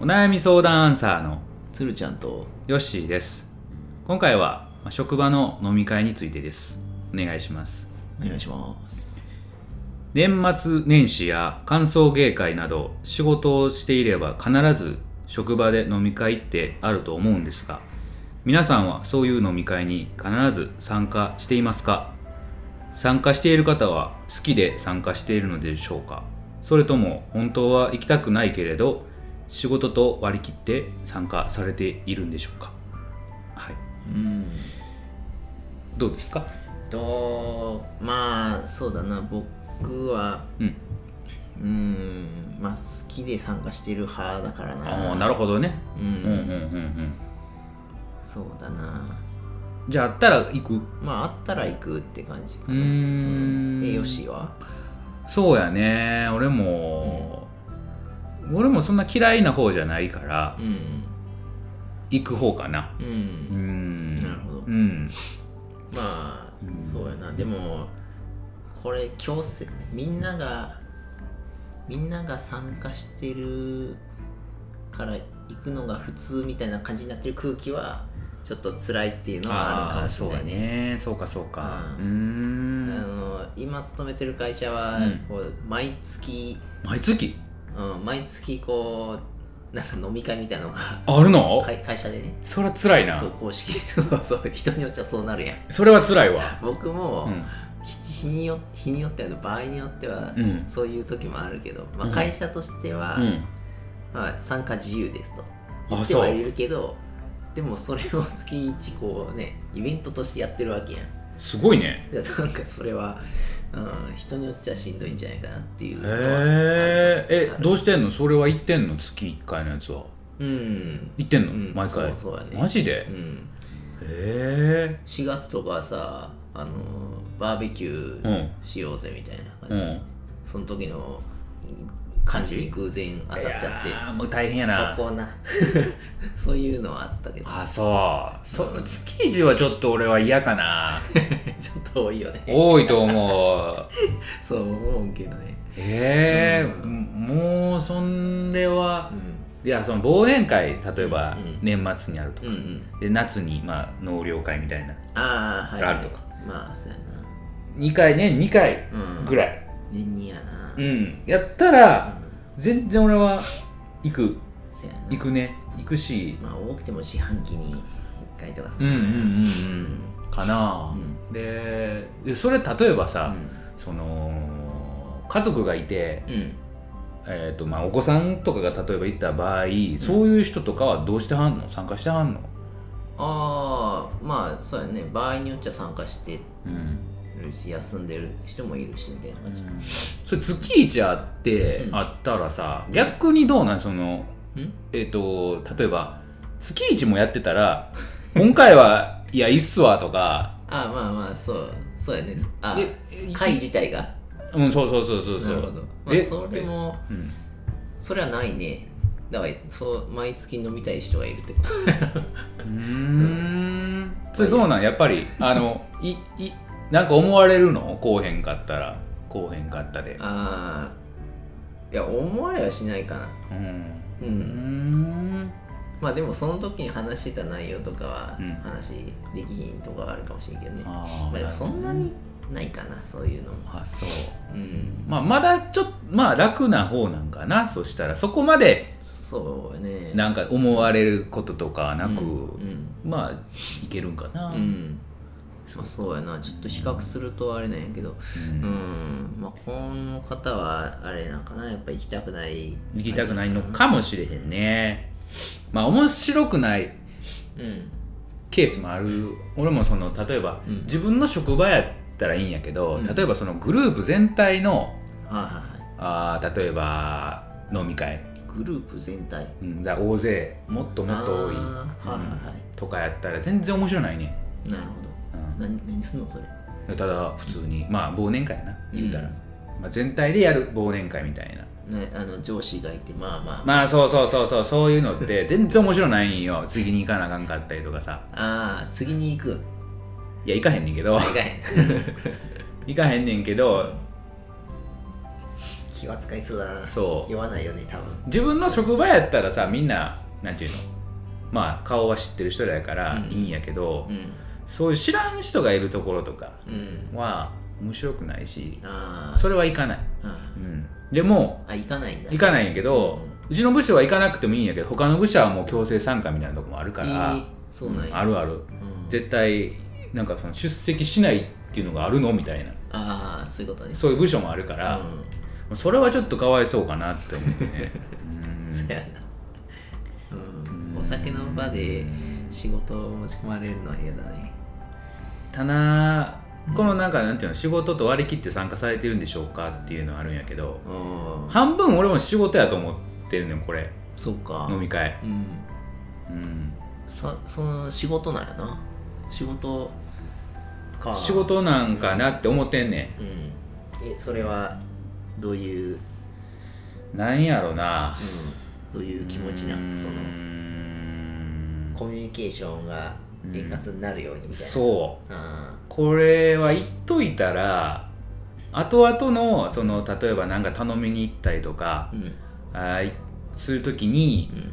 お悩み相談アンサーの鶴ちゃんとヨッシーです今回はまあ職場の飲み会についてですお願いしますお願いします年末年始や歓送迎会など仕事をしていれば必ず職場で飲み会ってあると思うんですが皆さんはそういう飲み会に必ず参加していますか参加している方は好きで参加しているのでしょうかそれとも本当は行きたくないけれど仕事と割り切って参加されているんでしょうかはいうんどうですかとまあそうだな僕はうんうんまあ好きで参加してる派だからなああなるほどねううんんうんうんうんそうだなじゃああったら行くまああったら行くって感じかうなーんえよしはそうやね俺も、俺もそんな嫌いな方じゃないから、ん行く方かなううんんなるほどうんまあうんそうやなでもこれ強制みんながみんなが参加してるから行くのが普通みたいな感じになってる空気はちょっと辛いっていうのはあるかあもあしそれうなだいねそうかそうかうーうんあんの今勤めてる会社はうんこう毎月、毎月うん、毎月こうなんか飲み会みたいなのがあるの会会社でねそれは辛いなそう公式 そうそう人によっちゃそうなるやんそれは辛いわ僕うも、ん日日によ日によっては場合によっては、うんそういう時もあるけど、まあ、うん会社としては、うんまあ、参加自由ですと言あってそはいるうけどでもそれを月1こうねイベントとしてやってるわけやんすごいねだからなんかそれは、うん、人によっちゃしんどいんじゃないかなっていうのはへえあえるどうしてんのそれは行ってんの月1回のやつはうん、行ってんうの、ん、毎回そうそうだねマジで、うへん、え4月とかはさあのバーベキュうんーしようぜみたいなう感じ、んその時の感じに偶然当たっちゃっていやーもう大変やなそこな そういうのはあったけどあそうその月一はちょっと俺は嫌かなちょっと多いよね多いと思う そう思うけどねええうんもうそんではういやその忘年会例えばうん年末にあるとん、か、うんうん、で夏にまあ納涼会みたいなああはい、あるとかまあそうや2回年2回な、うん、ぐらい、年にやなうんうん、やったら全然俺は行くそうやな行くね行くしまあ多くても四半期に1回とかさうんうんうんうんかなあ、うででそれ例えばさ、うんその家族がいて、うんえーとまあ、お子さんとかが例えば行った場合、そういう人とかはどうしてはんの参加してはんの、ああまあそうやね場合によっちゃ参加してうん、るし休んでる人もいるしみたいな感じ、それ月一あって、うんあったらさうん逆にどうなんそのうんえっ、と例えば月一もやってた ら今回はいやいいっすわとかああまあまあそうそうやねあええ会自体がうんそうそうそうそうそうなるほど、まあ、えそれもうんそれはないねだからそう毎月飲みたい人がいるってことうーんそれどうなんやっぱりあのいいなんか思われるのこうへんかったらこうへんかったでああいや思われはしないかなうんううーんんまあでもその時に話してた内容とかはうん話できひんとかはあるかもしれんけどね、まああでもそんなにないかなそういうのもあそううんまあまだちょっとまあ楽な方なんかなそしたらそこまでそうねなんか思われることとかはなく、うんまあいけるんかな、うん、うんまあ、そうやなちょっと比較するとあれなんやけどううんんまあこの方はあれなんかなやっぱ行きたくない行きたくないのかもしれへんねまあ面白くないうんケースもある俺もその例えば、うん自分の職場やったらいいんやけど、うん例えばそのグループ全体のはいはいはあー例えば飲み会、いグループ全体うん、だから大勢もっともっと多い、あーはいはとかやったら全然面白ないね、いはいなるほどうん何何すんのそれただ普通にまあ忘年会やな言うたら、うんまあ、全体でやる忘年会みたいなねあの上司がいてまあまあ、まあそうそうそうそうそういうのっ て全然面白ないんよ次に行かなあかんかったりとかさああ次に行くいや行かへんねんけどでかい行かへんねんけど 気は使いそうだなそう言わないよね多分自分の職場やったらさみんななんていうのまあ顔は知ってる人らやからうんいいんやけど、うんそういう知らん人がいるところとかうんは面白くないしあそれは行かない、あうん、でもあ行かないんだ行かないんやけどうちの部署は行かなくてもいいんやけど他の部署はもう強制参加みたいなとこもあるから、えーそうなんうんやあるあるうん絶対なんかその出席しないっていうのがあるのみたいなああそういうことねそういう部署もあるかうら、んそれはちょっとかわいそうかなって思うね、うん そうやなうんお酒の場で仕事を持ち込まれるのは嫌だねただこのなんかなんていうの仕事と割り切って参加されてるんでしょうかっていうのはあるんやけどうん半分俺も仕事やと思ってるのよこれそうか飲み会うんうんそその仕事なんやな仕事か仕事なんかなって思ってんねうんえそれはどういう、んなんやろなどういう気持ちなうーんそのんコミュニケーションが円滑になるようにみたいなうそうあこれは言っといたら後々のその例えばなんか頼みに行ったりとかーうんあーいする時にうん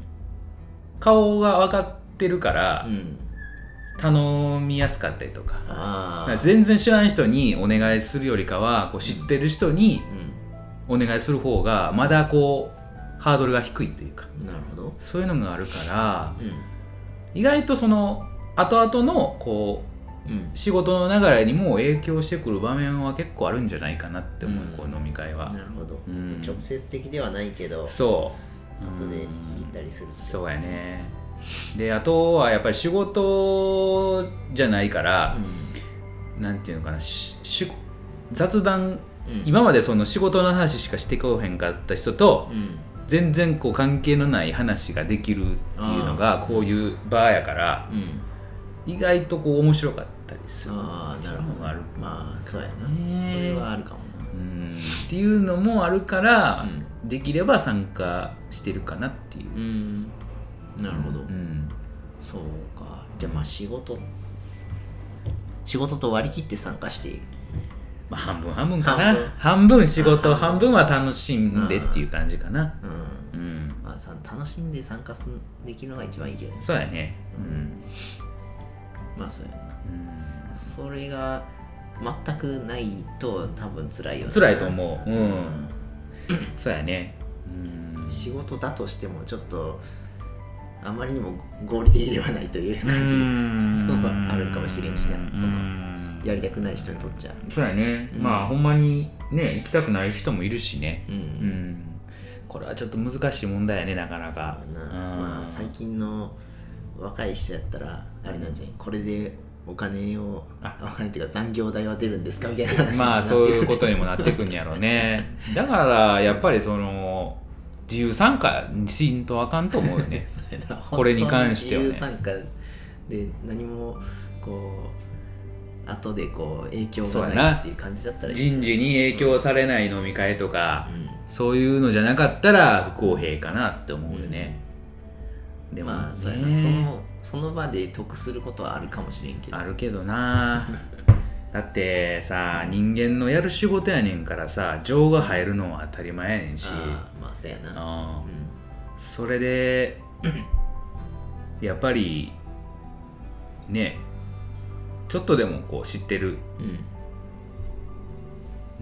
顔が分かってるからうん頼みやすかったりとかだあからあ全然知らん人にお願いするよりかはこう知ってる人にうお願いする方がまだこうハードルが低いというかんなるほどそういうのがあるからうん意外とその後々のこうんう仕事の流れにも影響してくる場面は結構あるんじゃないかなって思う、うんこう飲み会はなるほど、うん直接的ではないけど後そうでうん聞いたりするってそうやねであとはやっぱり仕事じゃないから、なんていうのかなしし雑談うん、うん、今までその仕事の話しかしてこうへんかった人とうん全然こう関係のない話ができるっていうのがこういう場やからうん意外とこう面白かったりするああなるほどあるまあそうやなねそれはあるかもうんっていうのもあるからなうんできれば参加してるかなっていうう、んなるほど、うん、そうかじゃあまあ仕事仕事と割り切って参加しているまあ半分半分かな半分半分仕事あ半半分は楽しんでっていう感じかなうんうんまあさ楽しんで参加すんできるのが一番いいけどねそうやねうん、まあそうやなうんそれが全くないと多分辛いよね辛いと思ううんそうやねうん仕事だとしてもちょっとあまりにも合理的ではないという感じうん はあるかもしれんしなそうのんやりたくない人にとっちゃそうやね、うんまあほんまにね行きたくない人もいるしねううんんこれはちょっと難しい問題やねなかなかそううやなんまあ最近の若い人やったらあれなんじゃないこれでお金をあお金っていうか残業代は出るんですかみたいな話まあそういううことにもなってくんやろね だからやっぱりその自由参加しんとあかんと思うよ ねこれに関してはね自由参加で何もこう後でこう影響そうがやないなっていう感じだったらいい人事に影響されない飲み会とかうんそういうのじゃなかったら不公平かなって思うよね、でも、ねまあそうやなそのその場で得することはあるかもしれんけどあるけどな だってさ人間のやる仕事やねんからさ情が入るのは当たり前やねんしあーまあそうやなあうんそれで やっぱりねちょっとでもこう知ってる、うん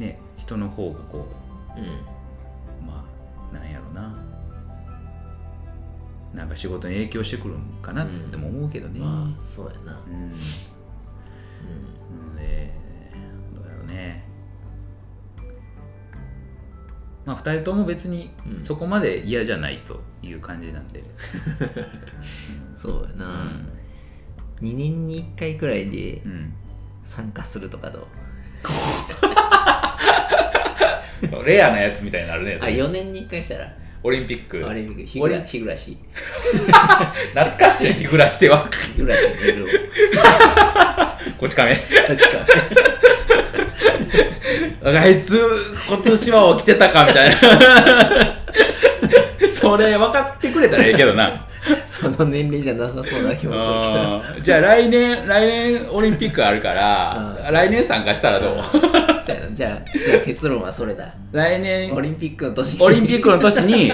ね、人の方がこうんうまあなんやろななんか仕事に影響してくるんかなっても思うけどね、まあそうやうなんうんなので、どうやろうね。まあ、2人とも別にうんそこまで嫌じゃないという感じなんで。そうやうな、ん2年に1回くらいでうん。参加するとかど うレアなやつみたいになるねあ。4年に1回したらオリンピック。あれ日オ暮リらン日暮らし懐かしい、日暮らしては。 日暮らしにいるこっち亀。確かあいつ、今年は起きてたかみたいな。 それ分かってくれたらええけどな。その年齢じゃなさそうな気もする うんじゃあ来年、来年オリンピックあるからう、ん来年参加したらどうけどそうやなじゃあじゃあ結論はそれだ 来オ年リンピックの年にオリンピックの年に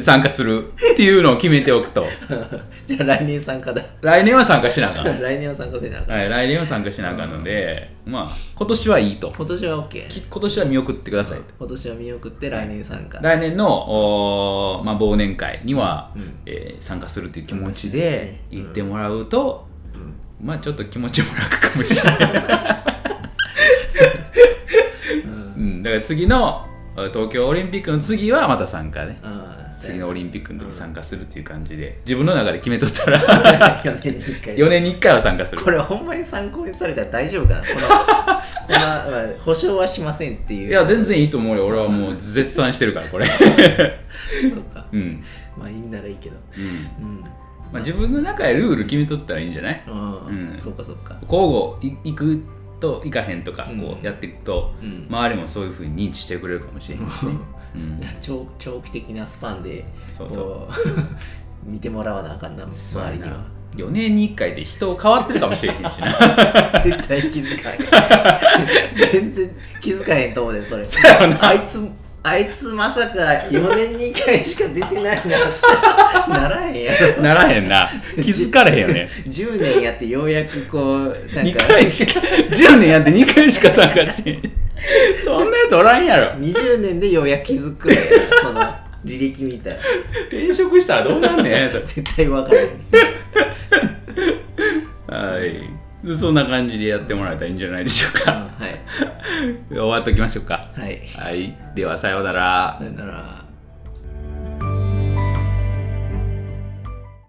参加するっていうのを決めておくと じゃあ来年参加だ来年は参加しなあかん、は来年は参加せなあかんい、来年は参加しなあかんのでまあ今年はいいと今年は OK き今年は見送ってくださいと今年は見送って来年参加来年の、おーまあ、忘年会には、うんえー参加するという気持ちでうん行ってもらうと、うんまあちょっと気持ちも楽かもし れない、ううんん、だから次のえー東京オリンピックの次はまた参加ねああそう次のやなオリ ンピックの時参加するっていう感じで自分の中で決めとったら4年に1 回4年に1回は参加するこれほんまに参考にされたら大丈夫かなこ のこの、まあ、保証はしませんっていういや全然いいと思うよ俺はもう絶賛してるから これそうかうん、うんまあいいんならいいけどうんまあ、自分の中でルール決めとったらいいんじゃないあーうんそうかそうか交互い行くと行かへんとかこうんうやっていくと、うん周りもそういうふうに認知してくれるかもしれないしね、うん、長長期的なスパンでそうそうこう 見てもらわなあかんなそうや周なりには4年に1回で人変わってるかもしれへん しな絶対気づかへ ん全然気づかへんと思うでそれそうやろなあいつあいつまさか4年に1回しか出てないなってならへんやろならへんな気づかれへんよね10年やってようやくこうなん2か回しか10年やって2回しか参加してへん そんなやつおらんやろ20年でようやく気づくのやなその履歴みたいな転職したらどうなんねんそれ絶対分からへはんいそんな感じでやってもらえたらいいんじゃないでしょうか はい終わっときましょうかはいはいではさようならさよなら